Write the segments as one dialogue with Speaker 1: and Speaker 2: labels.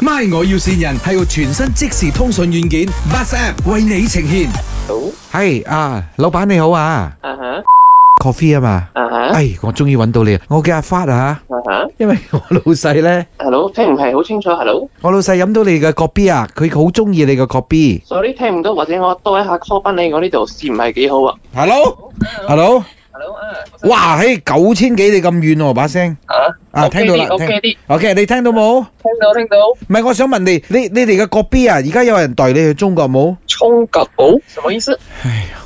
Speaker 1: My 我要線人係個全新即時通訊軟件 Bus App 為你呈現。
Speaker 2: 好，
Speaker 3: 系啊，老板你好啊
Speaker 2: 啊哈，
Speaker 3: ，coffee 啊嘛，
Speaker 2: 啊哈，
Speaker 3: 哎，我終於揾到你啊，我叫阿發啊，
Speaker 2: 啊哈
Speaker 3: 因為我老細咧，
Speaker 2: ，hello，聽唔係好清楚，hello，sorry，
Speaker 3: 我老細飲到你嘅國 B 啊，佢好中意你嘅國 B，
Speaker 2: 聽唔到，或者我多一下 call 翻你，我呢度線唔係幾好啊
Speaker 3: Hello，Hello，
Speaker 2: ，hello 啊，
Speaker 3: 哇，嘿，九千幾你咁遠喎把聲
Speaker 2: 啊，
Speaker 3: 啊，聽到啦
Speaker 2: ，OK
Speaker 3: 聽
Speaker 2: 啲，聽
Speaker 3: ，OK，你聽到冇？
Speaker 2: 到聽到，
Speaker 3: 唔係，我想問你，你你哋嘅國 B 啊，而家有人代你去中國冇？
Speaker 2: 衝腳步，什麼意思？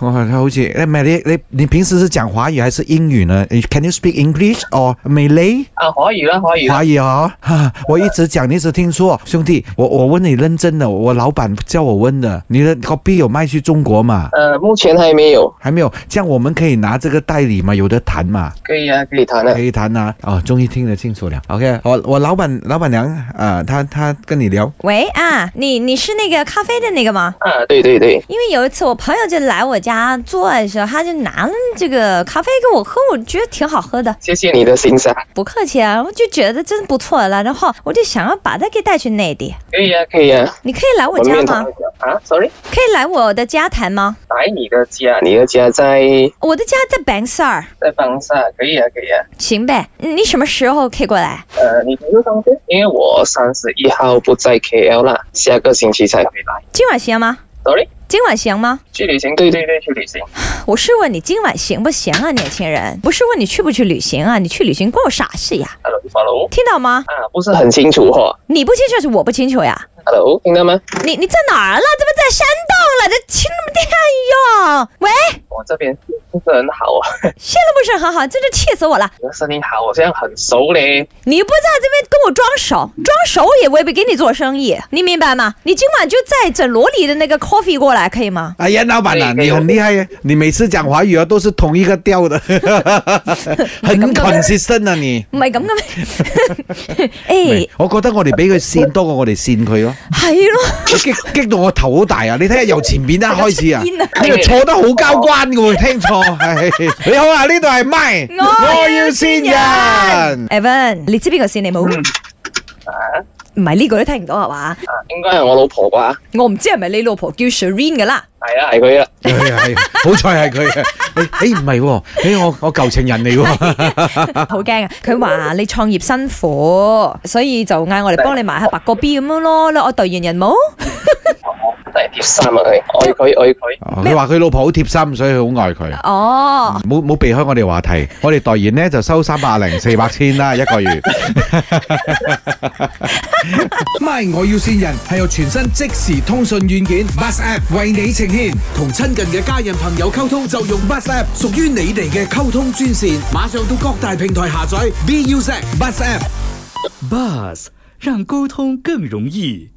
Speaker 3: 我好好奇，誒唔係哎你你你平時是講華語還是英語呢你？Can you speak English or Malay？
Speaker 2: 啊，可以啦，可以啦，
Speaker 3: 华语哦，哈，我一直讲，你一直听说，兄弟，我我问你认真的，我老板叫我问的，你的 copy 有卖去中国吗？
Speaker 2: 呃，目前還沒有，
Speaker 3: 还没有，这样我们可以拿这个代理嘛，有的谈嘛，
Speaker 2: 可以啊，可以談啊
Speaker 3: 可，以谈啊。哦，终于听得清楚了。OK，我我老板老板娘啊、呃，她她跟你聊，
Speaker 4: 喂啊，你你是那个咖啡的那个吗？
Speaker 2: 啊，对对对，
Speaker 4: 因为有一次我朋友就来我家做的时候，他就拿了这个咖啡给我喝，我觉得挺好喝的，
Speaker 2: 謝謝你的欣賞，
Speaker 4: 不客气啊，我就觉得真不错了。然后我就想要把它给带去内地，
Speaker 2: 可以啊，可以啊，
Speaker 4: 你可以来我
Speaker 2: 們
Speaker 4: 家
Speaker 2: 面
Speaker 4: 吗
Speaker 2: 談？一下啊，sorry，
Speaker 4: 可以来我的家谈吗？
Speaker 2: 來你的家，你的家在
Speaker 4: 我的家在 b a n g s a r
Speaker 2: 在邦沙，可以啊，可以啊，
Speaker 4: 行呗。你什么时候可以过来？
Speaker 2: 呃，你不是方便？因為我三十一號不在 KL 啦，下個星期才回來
Speaker 4: 今晚行吗？
Speaker 2: ，sorry，
Speaker 4: 今晚行吗？
Speaker 2: 去旅行，對對對，去旅行。
Speaker 4: 我是问你今晚行不行啊，年轻人，不是问你去不去旅行啊，你去旅行关我啥事呀？
Speaker 2: Hello Hello
Speaker 4: 听到吗？
Speaker 2: 啊，不是很清楚哈。
Speaker 4: 你不清楚是我不清楚呀。
Speaker 2: Hello，听到吗？
Speaker 4: 你你在哪儿了？啊怎么在山洞了？这听不见哟！喂，
Speaker 2: 我这边不是很好啊，
Speaker 4: 现在不是很好，真是气死我了！
Speaker 2: 你的声音好像很熟嘞。
Speaker 4: 你不在这边跟我装熟，装熟也未必给你做生意，你明白吗？你今晚就带整罗里的那个 coffee 过来，可以吗？
Speaker 3: 哎呀，老板啊，
Speaker 2: 可以
Speaker 3: 你很厉害耶，你每次讲华语啊都是同一个调的，很 consistent 啊你。
Speaker 4: 唔係咁嘅 咩？
Speaker 3: 明
Speaker 4: 诶，
Speaker 3: 我覺得我哋俾佢扇多過我哋扇佢 咯。
Speaker 4: 係咯，
Speaker 3: 激激到我頭好大啊！你睇下由前面一開始啊，
Speaker 4: 煙啊
Speaker 3: 呢度坐得好交關嘅喎，聽錯。係你好啊，呢度係麥，
Speaker 4: 哦我
Speaker 3: 要先人。
Speaker 4: ！Evan，你知邊個先你冇？唔係呢個都聽唔到係嘛？
Speaker 2: 啊，应该系我老婆啩？
Speaker 4: 我唔知係咪你老婆叫 Shireen 噶啦。
Speaker 2: 系啊，系佢啦。
Speaker 3: 係啊係啊好彩係佢嘅。誒唔係喎，誒我我舊情人嚟喎。
Speaker 4: 好驚啊！佢話你創業辛苦，所以就嗌我哋幫你埋下白個 B 咁樣咯。我代言人冇，
Speaker 2: 第贴衫啊，佢爱佢爱佢。
Speaker 3: 哦佢話佢老婆好貼心，所以佢好愛佢。
Speaker 4: 哦，
Speaker 3: 冇冇避開我哋話題，我哋代言呢就收三百零四百千啦一個月。
Speaker 1: My 我要線人係由全新即時通訊軟件 Bus App 為你呈現，同親近嘅家人朋友溝通就用 Bus App，屬於你哋嘅溝通專線。馬上到各大平台下載 BUZ Bus App。
Speaker 5: Buzz 让沟通更容易。